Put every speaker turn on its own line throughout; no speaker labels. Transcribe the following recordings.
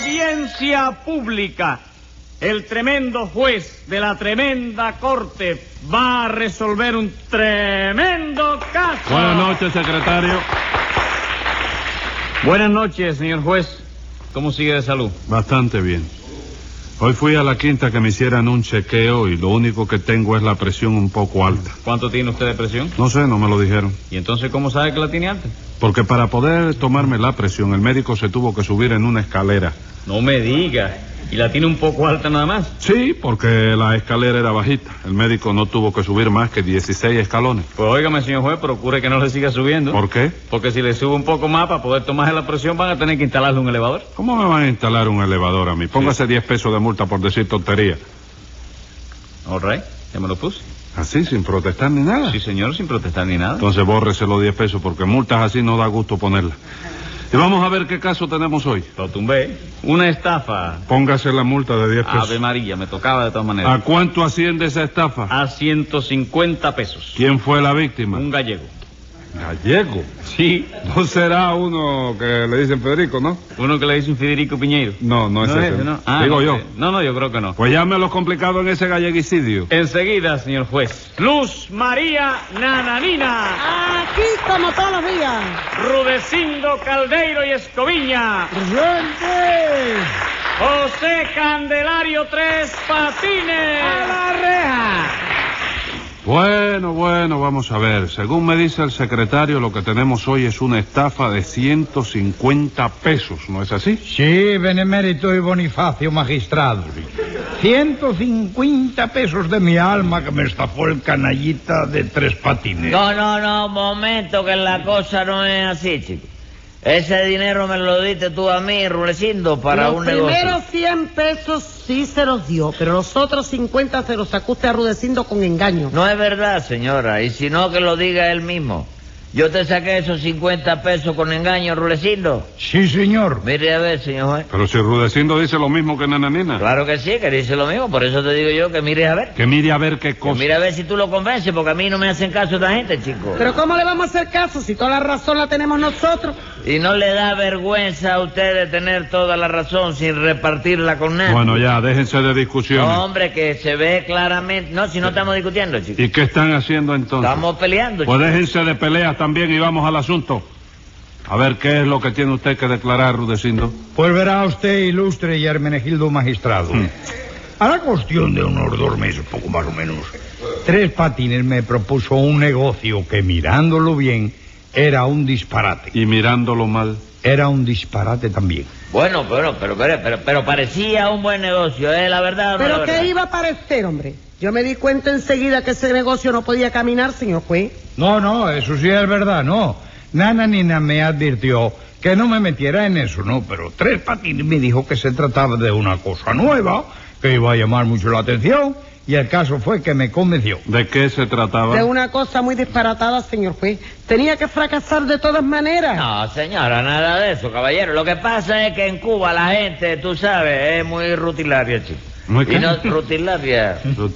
Audiencia pública. El tremendo juez de la tremenda corte va a resolver un tremendo caso.
Buenas noches, secretario.
Buenas noches, señor juez. ¿Cómo sigue de salud?
Bastante bien. Hoy fui a la quinta que me hicieran un chequeo y lo único que tengo es la presión un poco alta.
¿Cuánto tiene usted de presión?
No sé, no me lo dijeron.
¿Y entonces cómo sabe que la tiene alta?
Porque para poder tomarme la presión, el médico se tuvo que subir en una escalera.
No me diga. ¿Y la tiene un poco alta nada más?
Sí, porque la escalera era bajita. El médico no tuvo que subir más que 16 escalones.
Pues óigame, señor juez, procure que no le siga subiendo.
¿Por qué?
Porque si le sube un poco más para poder tomarse la presión van a tener que instalarle un elevador.
¿Cómo me van a instalar un elevador a mí? Póngase 10 pesos de multa por decir tontería.
All right, ya me lo puse.
Así, sin protestar ni nada.
Sí, señor, sin protestar ni nada.
Entonces bórrese los 10 pesos porque multas así no da gusto ponerlas. Y vamos a ver qué caso tenemos hoy.
Lo tumbé. Una estafa.
Póngase la multa de 10 pesos.
Ave María, me tocaba de todas
¿A
maneras.
cuánto asciende esa estafa?
A 150 pesos.
¿Quién fue la víctima?
Un gallego.
gallego.
Sí.
No será uno que le dicen Federico, ¿no?
Uno que le dice un Federico Piñeiro.
No, no es ese.
ese, Ah,
Digo
no,
yo.
ese. No, no, yo creo que no.
Pues llame a los complicados en ese galleguicidio.
Enseguida, señor juez. Luz María Nananina,
Aquí como todos los días.
Rudecindo Caldeiro y Escoviña,
¡Gente!
José Candelario Tres Patines.
Bueno, bueno, vamos a ver. Según me dice el secretario, lo que tenemos hoy es una estafa de 150 pesos, ¿no es así?
Sí, Benemérito y Bonifacio, magistrado. 150 pesos de mi alma que me estafó el canallita de tres patines.
No, no, no, un momento, que la cosa no es así, chico. Ese dinero me lo diste tú a mí, Rulecindo, para
los
un
primeros
negocio.
100 pesos sí se los dio, pero los otros 50 se los sacó usted arrudeciendo con engaño.
No es verdad, señora, y si no, que lo diga él mismo. Yo te saqué esos 50 pesos con engaño, Rulecindo.
Sí, señor.
Mire a ver, señor juez.
Pero si Rudecindo dice lo mismo que Nananina.
Claro que sí, que dice lo mismo, por eso te digo yo que mires a ver.
Que mire a ver qué
Que
cosa.
mire a ver si tú lo convences, porque a mí no me hacen caso esta gente, chico.
Pero ¿cómo le vamos a hacer caso si toda la razón la tenemos nosotros?
Y no le da vergüenza a ustedes tener toda la razón sin repartirla con nadie.
Bueno, ya, déjense de discusiones.
No, hombre, que se ve claramente. No, si no estamos discutiendo, chicos.
¿Y qué están haciendo entonces?
Estamos peleando,
Pues
chicos.
déjense de peleas también y vamos al asunto. A ver, ¿qué es lo que tiene usted que declarar, Rudecindo?
Pues verá usted, ilustre y Hermenegildo magistrado. Hará cuestión de unos dos meses, poco más o menos. Tres patines me propuso un negocio que mirándolo bien era un disparate.
Y mirándolo mal.
Era un disparate también.
Bueno, pero, pero, pero, pero, pero parecía un buen negocio, ¿eh? La verdad, o no
¿Pero
la
qué
verdad?
iba a parecer, hombre? Yo me di cuenta enseguida que ese negocio no podía caminar, señor juez.
No, no, eso sí es verdad, no. Nana Nina me advirtió que no me metiera en eso, no, pero Tres Patines me dijo que se trataba de una cosa nueva, que iba a llamar mucho la atención, y el caso fue que me convenció.
¿De qué se
Ah.
trataba?
De una cosa muy disparatada, señor juez. Tenía que fracasar de todas maneras.
No, señora, nada de eso, caballero. Lo que pasa es que en Cuba la gente, tú sabes, es muy rutilaria, chico.
¿Muy qué?
y no, rutilaria.
Rut-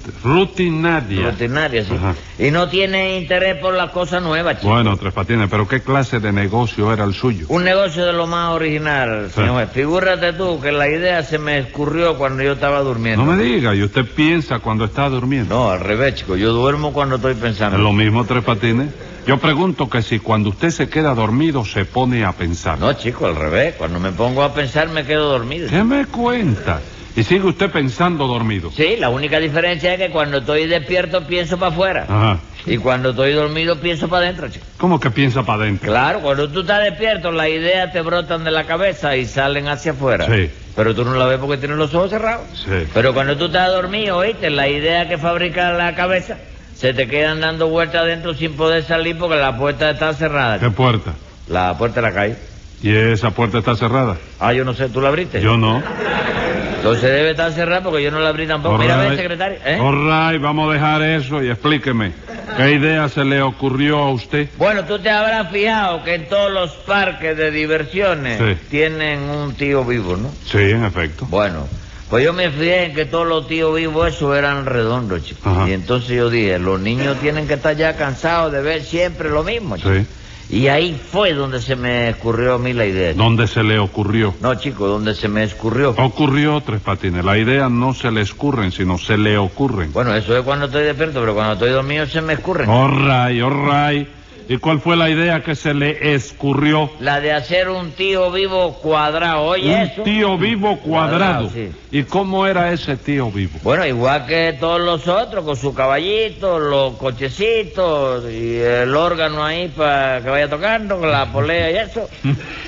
Rutinaria.
rutinaria, sí.
Ajá.
Y no tiene interés por las cosas nuevas, chico.
Bueno, Tres Patines, pero ¿qué clase de negocio era el suyo?
Un negocio de lo más original, señor. juez. Figúrate tú que la idea se me escurrió cuando yo estaba durmiendo.
No me diga, y usted piensa cuando está durmiendo.
No, al revés, chico. Yo duermo cuando estoy pensando.
¿Es lo mismo, Tres Patines? Yo pregunto que si cuando usted se queda dormido se pone a pensar.
No, chico, al revés. Cuando me pongo a pensar me quedo dormido.
¿Qué me cuenta? Y sigue usted pensando dormido.
Sí, la única diferencia es que cuando estoy despierto pienso para afuera.
Ajá.
Y cuando estoy dormido pienso para adentro, chico.
¿Cómo que piensa para adentro?
Claro, cuando tú estás despierto las ideas te brotan de la cabeza y salen hacia afuera.
Sí.
Pero tú no la ves porque tienes los ojos cerrados.
Sí.
Pero cuando tú estás dormido, oíste, la idea que fabrica la cabeza se te quedan dando vueltas adentro sin poder salir porque la puerta está cerrada.
¿Qué puerta?
La puerta de la calle.
¿Y esa puerta está cerrada?
Ah, yo no sé, ¿tú la abriste?
Yo no.
Entonces debe estar cerrada porque yo no la abrí tampoco. Mira, a ver, secretario. ¿eh?
All right, vamos a dejar eso y explíqueme. ¿Qué idea se le ocurrió a usted?
Bueno, tú te habrás fijado que en todos los parques de diversiones
Sí.
tienen un tío vivo, ¿no?
Sí, en efecto.
Bueno, pues yo me fijé en que todos los tíos vivos esos eran redondos, chicos.
Ajá.
Y entonces yo dije, los niños tienen que estar ya cansados de ver siempre lo mismo, chicos.
Sí.
Y ahí fue donde se me escurrió a mí la idea.
¿Dónde se le ocurrió?
No, chico, donde se me escurrió.
Ocurrió, Tres Patines. La idea no se le escurren, sino se le ocurren.
Bueno, eso es cuando estoy despierto, pero cuando estoy dormido se me escurren.
All right, all right. ¿Y cuál fue la idea que se le escurrió?
La de hacer un tío vivo cuadrado, oye
Un
eso.
tío vivo cuadrado.
Cuadrado, sí.
¿Y cómo era ese tío vivo?
Bueno, igual que todos los otros, con su caballito, los cochecitos y el órgano ahí para que vaya tocando, con la polea y eso.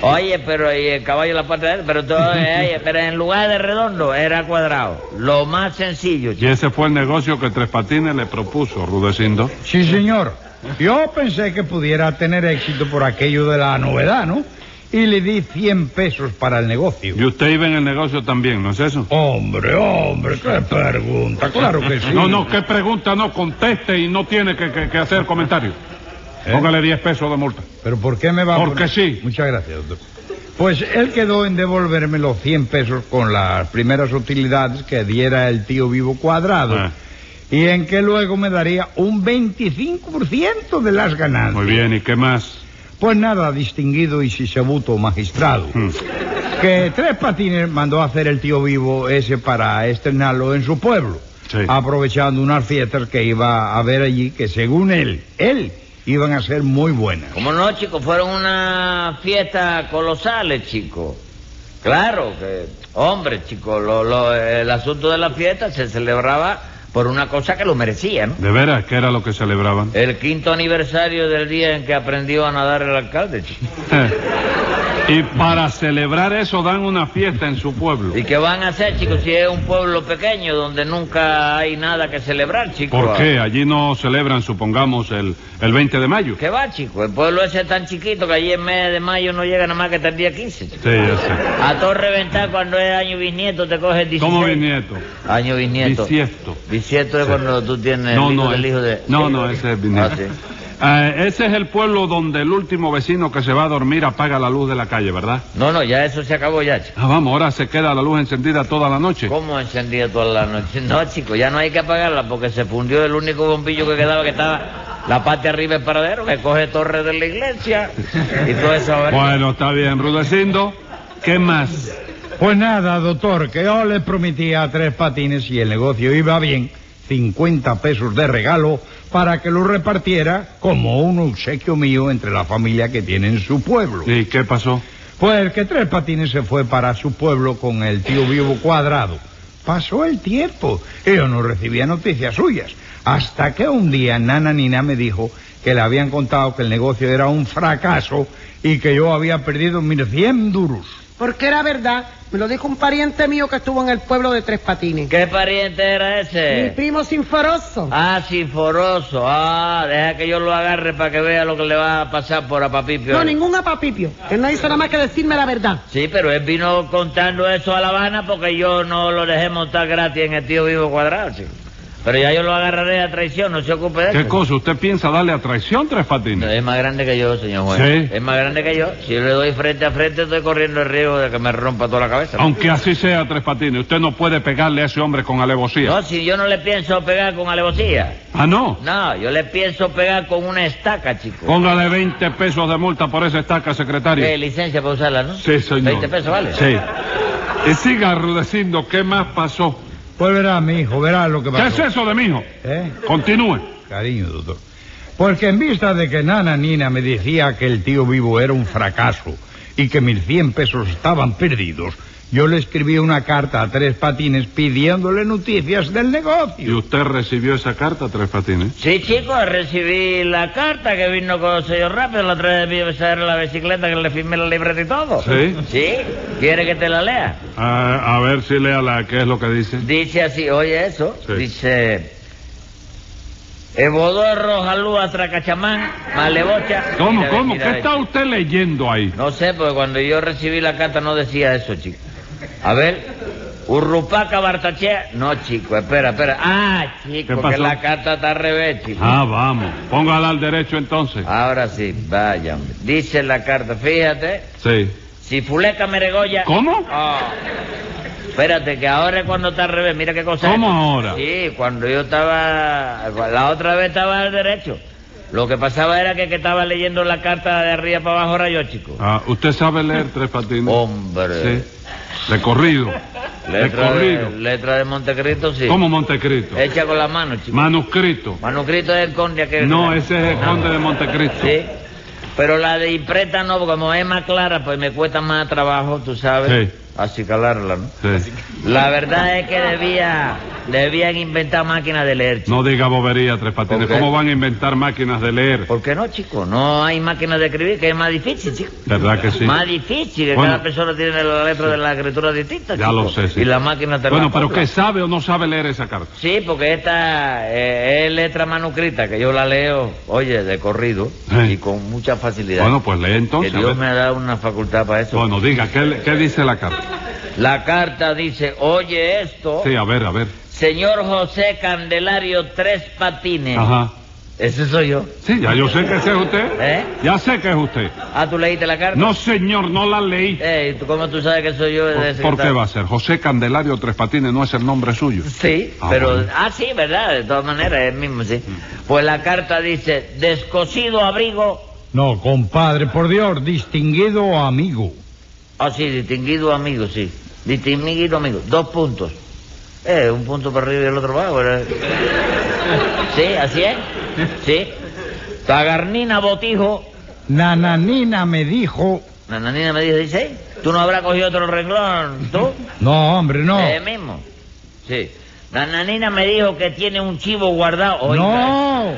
Oye, pero y el caballo en la parte de él, pero todo, eh, pero en lugar de redondo era cuadrado. Lo más sencillo,
Y
chico.
ese fue el negocio que Tres Patines le propuso, Rudecindo.
Sí, señor. Yo pensé que pudiera tener éxito por aquello de la novedad, ¿no? Y le di 100 pesos para el negocio.
Y usted iba en el negocio también, ¿no es eso?
Hombre, hombre, qué pregunta. Claro que sí.
No, no, qué pregunta, no, conteste y no tiene que, que- que hacer comentarios.
¿Eh?
Póngale 10 pesos de multa.
¿Pero por qué me va a
Porque
poner?
sí.
Muchas gracias, doctor. Pues él quedó en devolverme los 100 pesos con las primeras utilidades que diera el tío vivo cuadrado.
Ah.
Y en que luego me daría un 25% de las ganancias.
Ah, Muy bien, ¿y qué más?
Pues nada, distinguido y sisebuto magistrado.
Hmm.
Que Tres Patines mandó a hacer el tío vivo ese para estrenarlo en su pueblo.
Sí.
Aprovechando unas fiestas que iba a haber allí que según él, él, iban a ser muy buenas.
¿Cómo no, chico? Fueron una fiesta colosales, chico. Claro que, hombre, chico, lo- lo- el asunto de la fiesta se celebraba por una cosa que lo merecía, ¿no?
¿De veras qué era lo que celebraban?
El quinto aniversario del día en que aprendió a nadar el alcalde, chico.
Eh. y para celebrar eso dan una fiesta en su pueblo.
¿Y qué van a hacer, chicos, si es un pueblo pequeño donde nunca hay nada que celebrar, chico?
¿Por qué? Allí no celebran, supongamos, el, el 20 de mayo.
¿Qué va, chico? El pueblo ese es tan chiquito que allí en mes de mayo no llega nada más que hasta el día 15, chico.
Sí, ya sé.
A todo reventar cuando es año bisnieto te coges 16.
¿Cómo bisnieto?
Año bisnieto.
Bisiesto.
Bisiesto es
Sí.
cuando tú tienes
No,
el hijo
no,
del
es-
hijo de...
no, no, ese es bisnieto.
Ah, sí.
Eh, ese es el pueblo donde el último vecino que se va a dormir apaga la luz de la calle, ¿verdad?
No, no, ya eso se acabó ya, chico.
Ah, vamos, ahora se queda la luz encendida toda la noche.
¿Cómo encendía toda la noche? No, chico, ya no hay que apagarla porque se fundió el único bombillo que quedaba que estaba la parte de arriba del paradero que coge torres de la iglesia y todo eso. ¿verdad?
Bueno, está bien, Rudecindo. ¿Qué más?
Pues nada, doctor, que yo le prometía a tres patines y el negocio iba bien, 50 pesos de regalo para que lo repartiera como un obsequio mío entre la familia que tiene en su pueblo.
¿Y qué pasó?
Pues que tres patines se fue para su pueblo con el tío vivo cuadrado. Pasó el tiempo y yo no recibía noticias suyas. Hasta que un día Nana Nina me dijo que le habían contado que el negocio era un fracaso y que yo había perdido, mire, 100 duros.
Porque era verdad, me lo dijo un pariente mío que estuvo en el pueblo de Tres Patines.
¿Qué pariente era
Mi
ese?
primo sinforoso.
Eh. Ah, Sinforoso. Ah, deja que yo lo agarre para que vea lo que le va a pasar por a Papipio.
No, ningún apapipio. Él no hizo nada más que decirme la verdad.
Sí, pero él vino contando eso a La Habana porque yo no lo dejé montar gratis en el tío vivo cuadrado, chico. Pero ya yo lo agarraré a traición, no se ocupe de eso.
¿Qué cosa? ¿Usted piensa darle a traición, Tres Patines?
Es más grande que yo, señor juez.
Sí.
Es más grande que yo. Si yo le doy frente a frente, estoy corriendo el riesgo de que me rompa toda la cabeza.
Aunque así sea, Tres Patines, usted no puede pegarle a ese hombre con alevosía.
No, si yo no le pienso pegar con alevosía.
Ah, no.
No, yo le pienso pegar con una estaca, chico.
Póngale 20 pesos de multa por esa estaca,
Eh,
secretario.
licencia para usarla, ¿no?
Sí, señor.
20 pesos, ¿vale?
Sí. Y siga Rudecindo, ¿qué más pasó?
Pues verá, mi hijo, verá lo que pasó.
¿Qué es eso de mi hijo?
¿Eh?
Continúe.
Cariño, doctor. Porque en vista de que Nana Nina me decía que el tío vivo era un fracaso y que mis 100 pesos estaban perdidos, yo le escribí una carta a Tres Patines pidiéndole noticias del
¿Y
negocio.
usted recibió esa carta, Tres Patines?
Sí, chicos, recibí la carta que vino con el señor rápido, la otra vez vi besar la bicicleta que le firmé la libreta y todo.
Sí.
Sí, ¿quiere que te la lea?
Ah, a ver si lea la, qué es lo que dice.
Dice así, oye eso,
Sí.
dice... Evodorro, Jalúa, Tracachamán, Malebocha...
¿Cómo,
Mira,
cómo?
mira,
¿Qué
ve,
está
chico.
usted leyendo ahí?
No sé, porque cuando yo recibí la carta no decía eso, chico. A ver... Urrupaca Bartachea. No, chico, espera, espera. Ah,
¿Qué
chico,
pasó?
que la carta está al revés, chico.
Ah, vamos. Póngala al derecho entonces.
Ahora sí, vaya. hombre. Dice la carta, fíjate,
Sí.
si Fuleca Meregoya...
¿Cómo?
Ah. Espérate, que ahora es cuando está al revés, mira qué cosa
¿Cómo
es.
ahora?
Sí, cuando yo estaba... La otra vez estaba al derecho. Lo que pasaba era que, que estaba leyendo la carta de arriba para abajo era yo, chico.
Ah, ¿Usted sabe leer Tres Patines?
Hombre.
Sí. De corrido. De
Letra,
corrido.
de, letra de Montecristo, sí. Eh.
¿Cómo Montecristo?
Hecha con la mano, chico.
Manuscrito.
Manuscrito del conde aquel.
No, ese es el
Ah.
conde de Montecristo.
Sí. Pero la de impreta no, porque como es más clara, pues me cuesta más trabajo, tú sabes.
Sí.
Así calarla, ¿no?
Sí.
La verdad es que debía, debían inventar máquinas de leer, chico.
No diga bobería, Tres Patines.
¿Por qué?
¿Cómo van a inventar máquinas de leer?
¿Por qué no, chico? No hay máquinas de escribir, que es más difícil, chico.
¿Verdad que sí?
Más difícil, que
Bueno.
cada persona tiene la letra de la escritura distinta,
Ya
chico.
lo sé, sí.
Y la máquina te la
Bueno, pero
acopla.
¿qué sabe o no sabe leer esa carta?
Sí, porque esta eh, es letra manuscrita, que yo la leo, oye, de corrido,
Sí.
y con mucha facilidad.
Bueno, pues lee entonces.
Que
a
Dios
ver.
me ha dado una facultad para eso.
Bueno, diga, ¿qué, le- qué dice la carta?
La carta dice, oye esto,
Sí, a ver, a ver.
señor José Candelario Tres Patines.
Ajá.
Ese soy yo.
Sí, ya yo sé que ese es usted.
¿Eh?
Ya sé que es usted.
Ah, ¿tú leíste la carta?
No, señor, no la leí.
Eh, ¿y tú- ¿Cómo tú sabes que soy yo? de
¿Por,
ese
por
que
qué
está-
va a ser? José Candelario Tres Patines no es el nombre suyo.
Sí,
Ah,
pero...
bueno.
Ah, sí, verdad, de todas maneras, es el mismo, sí. Pues la carta dice, descosido abrigo,
No, compadre, por Dios, distinguido amigo.
Ah, sí, distinguido amigo, sí. Distinguido amigo. Dos puntos. Eh, un punto para arriba y el otro para abajo. ¿verdad? Sí, así es. Sí. Tagarnina Botijo.
Nananina me dijo...
Nananina me dice, dice, "Ey, tú no habrás cogido otro renglón, ¿tú?
No, hombre, no.
Eh, mismo. Sí. Nananina me dijo que tiene un chivo guardado. Oiga,
No,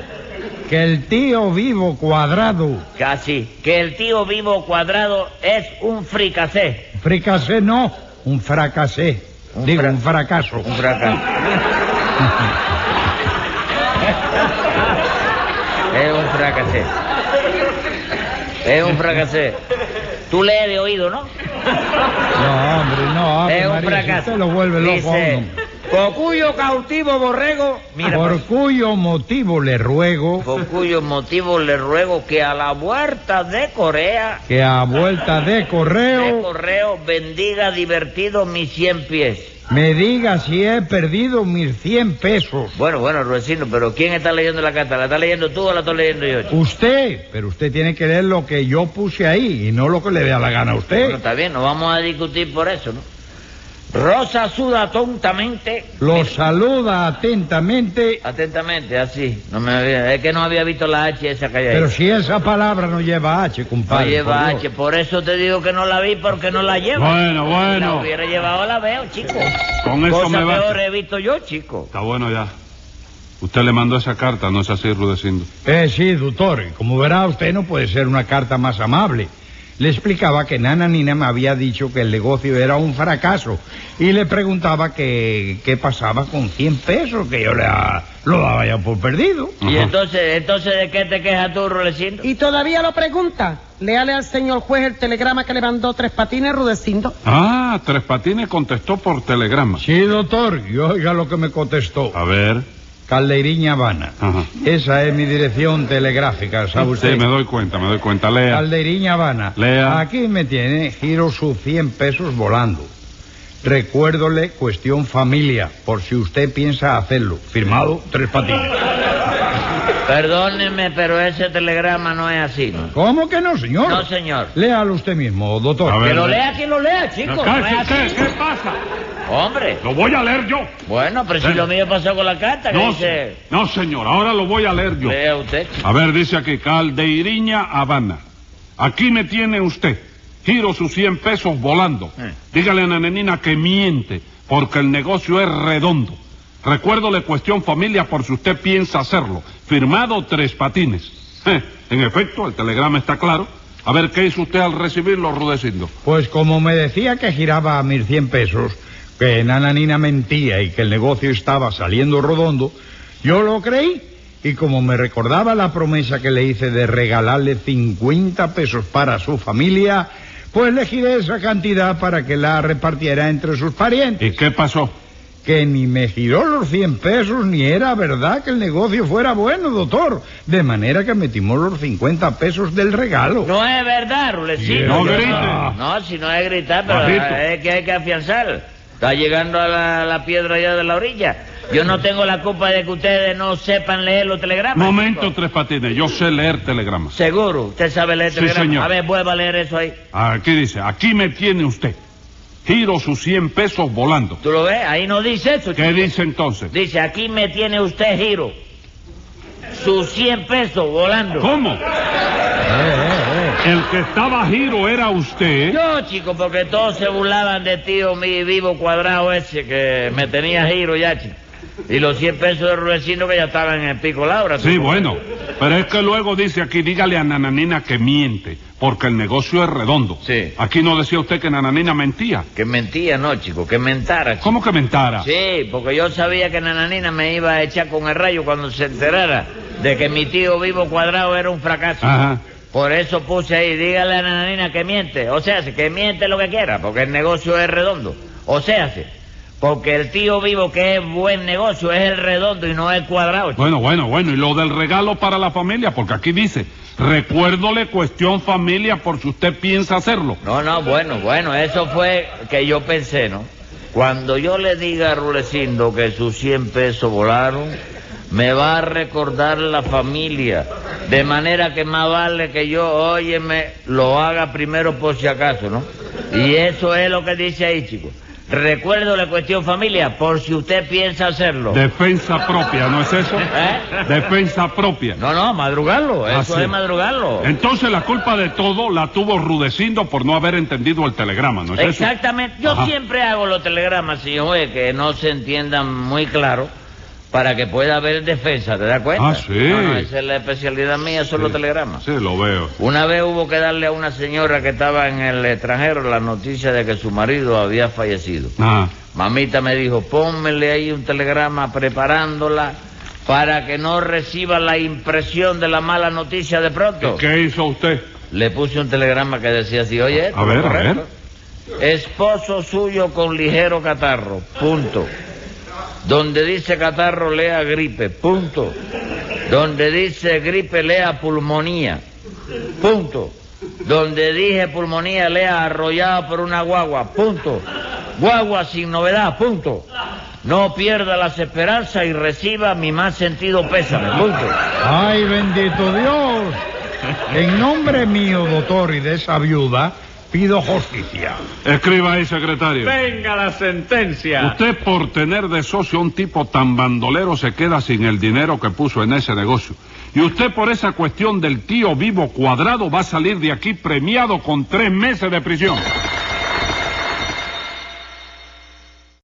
que el tío vivo cuadrado.
Casi. Que el tío vivo cuadrado es un fricasé.
Fricasé no, un fracasé.
Un
Digo,
fra-
un fracaso.
Un fracaso. es un fracasé. Es un fracasé. Tú lees de oído, ¿no?
No, hombre, no. Ave
es un
María,
fracaso.
Usted lo vuelve loco. a
Dice,
uno.
por cuyo cautivo borrego... Mira, pues.
Por cuyo motivo le ruego
por cuyo motivo le ruego que a la huerta de Corea...
que a vuelta de
De
correo
correo bendiga divertido mis cien pies.
me diga si he perdido mis 100 pesos.
Bueno, bueno, Ruecino, pero ¿quién está leyendo la carta? ¿La está leyendo tú o la estoy leyendo yo? chico?
Usted, pero usted tiene que leer lo que yo puse ahí y no lo que le dé la gana a
Bueno,
usted.
está bien, no vamos a discutir por eso, ¿no? Rosa suda tontamente.
Lo saluda atentamente,
Atentamente, así. No me había- es que no había visto la H esa que hay ahí.
pero si esa palabra no lleva H,
no
compadre.
lleva
por Dios.
H, por eso te digo que no la vi porque no la lleva.
Bueno,
Si La
bueno.
hubiera llevado, la veo, chico.
Con eso
Cosa
me basta.
peor he visto yo, chico.
Está bueno ya. Usted le mandó esa carta, ¿no es así, Rudecindo?
Eh, sí, doctor. y Como verá, usted no puede ser una carta más amable. Le explicaba que Nana Nina me había dicho que el negocio era un fracaso y le preguntaba que qué pasaba con 100 pesos que yo le ha- lo daba ya por perdido.
Y
Ajá.
entonces, entonces ¿de qué te quejas tú, Rolecindo?
Y todavía lo pregunta. Léale al señor juez el telegrama que le mandó Tres Patines Rudecindo.
Ah, Tres Patines contestó por telegrama.
Sí, doctor. Y oiga lo que me contestó.
A ver.
Caldeiriña Habana.
Ajá.
Esa es mi dirección telegráfica, ¿sabe usted?
Sí, me doy cuenta, me doy cuenta. Lea.
Caldeiriña Habana.
Lea.
Aquí me tiene, giro sus 100 pesos volando. Recuérdole cuestión familia, por si usted piensa hacerlo. Firmado, tres patines.
Perdóneme, pero ese telegrama no es así. ¿no?
¿Cómo que no, señor?
No, señor.
Léalo usted mismo, doctor.
A ver.
Que lo lea quien lo lea, chico. no es
Cállese,
así.
¿Qué pasa?
Hombre.
Lo voy a leer yo.
Bueno, pero si
Sí.
lo mío pasó con la carta, que
No,
dice...
se- no, señor, ahora lo voy a leer yo.
Lea usted.
A ver, dice aquí, Caldeiriña Habana. Aquí me tiene usted. Giro sus 100 pesos volando.
Eh.
Dígale a Nanenina que miente, porque el negocio es redondo. Recuérdole cuestión familia por si usted piensa hacerlo. Firmado Tres Patines. Eh, en efecto, el telegrama está claro. A ver, ¿qué hizo usted al recibirlo, Rudecindo?
Pues como me decía que giraba a mis 100 pesos, que Nana Nina mentía y que el negocio estaba saliendo redondo, yo lo creí. Y como me recordaba la promesa que le hice de regalarle 50 pesos para su familia, pues le giré esa cantidad para que la repartiera entre sus
¿Y
parientes.
qué pasó?
Que ni me giró los 100 pesos, ni era verdad que el negocio fuera bueno, doctor. De manera que me timó los 50 pesos del regalo.
No es verdad, Rulecino.
No
Yo
grite.
No, no, si no es gritar, pero
Bajito.
es que hay que afianzar. Está llegando a la, la piedra ya de la orilla. Yo no tengo la culpa de que ustedes no sepan leer los telegramas.
Momento,
chicos.
Tres Patines, yo sé leer telegramas.
Seguro, usted sabe leer
Sí,
telegramas.
señor.
A ver, vuelva a leer eso ahí.
Aquí Ah, dice, aquí me tiene usted. Giro sus 100 pesos volando.
¿Tú lo ves? Ahí no dice eso,
¿Qué
chico.
dice entonces?
Dice, aquí me tiene usted giro. Sus 100 pesos volando.
¿Cómo? El que estaba giro era usted.
Yo, chico, porque todos se burlaban de tío mi vivo cuadrado ese que me tenía giro ya, chico. Y los 100 pesos de Rudecindo que ya estaban en el pico Laura.
Sí,
chico.
bueno, pero es que luego dice aquí, dígale a Nananina que miente, porque el negocio es redondo.
Sí.
Aquí no decía usted que Nananina mentía.
Que mentía, no, chico, que mentara. chico.
¿Cómo que mentara?
Sí, porque yo sabía que Nananina me iba a echar con el rayo cuando se enterara de que mi tío vivo cuadrado era un fracaso.
Ajá.
Por eso puse ahí, dígale a Nananina que miente. O sea, que miente lo que quiera, porque el negocio es redondo. O sea, porque el tío vivo que es buen negocio es el redondo y no el cuadrado. chico.
Bueno, bueno, bueno, y lo del regalo para la familia, porque aquí dice, recuérdole cuestión familia por si usted piensa hacerlo.
No, no, bueno, bueno, eso fue que yo pensé, ¿no? Cuando yo le diga a Rulecindo que sus 100 pesos volaron, me va a recordar la familia. De manera que más vale que yo, óyeme, lo haga primero por si acaso, ¿no? Y eso es lo que dice ahí, chicos. Recuerdo la cuestión familia, por si usted piensa hacerlo.
Defensa propia, ¿no es eso?
¿Eh?
Defensa propia.
No, no, madrugarlo,
Ah,
eso
sí.
es madrugarlo.
Entonces la culpa de todo la tuvo Rudecindo por no haber entendido el telegrama, ¿no es eso?
Exactamente. Yo
Ajá.
siempre hago los telegramas, señor juez, que no se entiendan muy claro para que pueda haber defensa, ¿te das cuenta?
Ah, sí.
No, no, esa es la especialidad mía, son los
Sí.
telegramas.
Sí, lo veo.
Una vez hubo que darle a una señora que estaba en el extranjero la noticia de que su marido había fallecido.
Ah,
Mamita me dijo, pónmele ahí un telegrama preparándola para que no reciba la impresión de la mala noticia de pronto.
¿Qué hizo usted?
Le puse un telegrama que decía así, oye, esto
A ver,
es
a
correcto. Esposo suyo con ligero catarro, punto. Donde dice catarro, lea gripe, punto. Donde dice gripe, lea pulmonía, punto. Donde dije pulmonía, lea arrollado por una guagua, punto. Guagua sin novedad, punto. No pierda las esperanzas y reciba mi más sentido pésame, punto.
¡Ay, bendito Dios! En nombre mío, doctor, y de esa viuda, pido justicia.
Escriba ahí, secretario.
Venga la sentencia.
Usted por tener de socio a un tipo tan bandolero se queda sin el dinero que puso en ese negocio. Y usted por esa cuestión del tío vivo cuadrado va a salir de aquí premiado con tres meses de prisión.